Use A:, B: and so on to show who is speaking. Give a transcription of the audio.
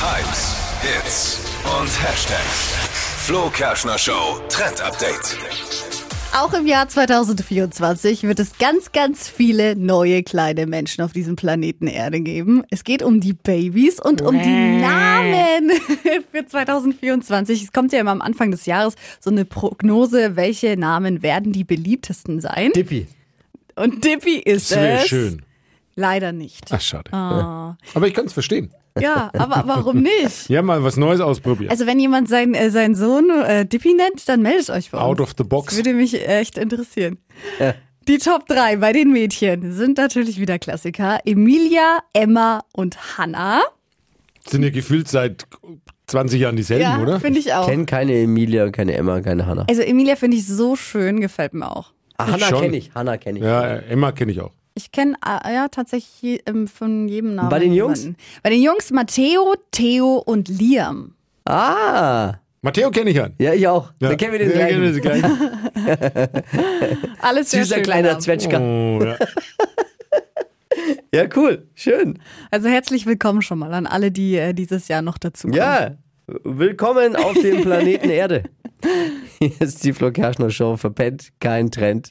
A: Hypes, Hits und Hashtags. Flo Kerschner Show Trend Update.
B: Auch im Jahr 2024 wird es ganz, ganz viele neue kleine Menschen auf diesem Planeten Erde geben. Es geht um die Babys und um die Namen für 2024. Es kommt ja immer am Anfang des Jahres so eine Prognose, welche Namen werden die beliebtesten sein.
C: Dippi.
B: Und Dippy ist
C: Das wäre
B: es.
C: schön.
B: Leider nicht.
C: Ach, schade. Aber ich kann es verstehen.
B: Ja, aber warum nicht?
C: Ja, mal was Neues ausprobieren.
B: Also wenn jemand seinen, äh, seinen Sohn äh, Dippy nennt, dann meldet euch bei uns.
C: Out of the
B: Das
C: box.
B: würde mich echt interessieren. Die Top 3 bei den Mädchen sind natürlich wieder Klassiker. Emilia, Emma und Hannah.
C: Sind ja gefühlt seit 20 Jahren dieselben, oder?
B: finde ich auch.
D: Kenn keine Emilia, keine Emma, keine Hanna.
B: Also Emilia finde ich so schön, gefällt mir auch.
D: Ah, Hanna
C: schon.
D: kenne ich, Hanna kenne ich.
C: Ja, äh, Emma kenne ich auch.
B: Ich kenne äh, ja tatsächlich je- ähm, von jedem Namen.
D: Bei den Jungs?
B: jemanden. Bei den Jungs Matteo, Theo und Liam.
D: Ah,
C: Matteo kenne ich an.
D: ja, ich auch. Da kennen wir den
C: kennen wir
D: gleichen.
C: den gleichen.
B: Alles sehr
D: Süßer
B: schöne
D: kleiner
B: Namen.
D: Zwetschger.
C: Oh, ja. Oh.
D: Ja, cool, schön.
B: Also herzlich willkommen schon mal an alle, die äh, dieses Jahr noch dazu kommen.
D: Ja, willkommen auf dem Planeten Erde. Hier ist die Flo Kerschner Show, verpennt kein Trend.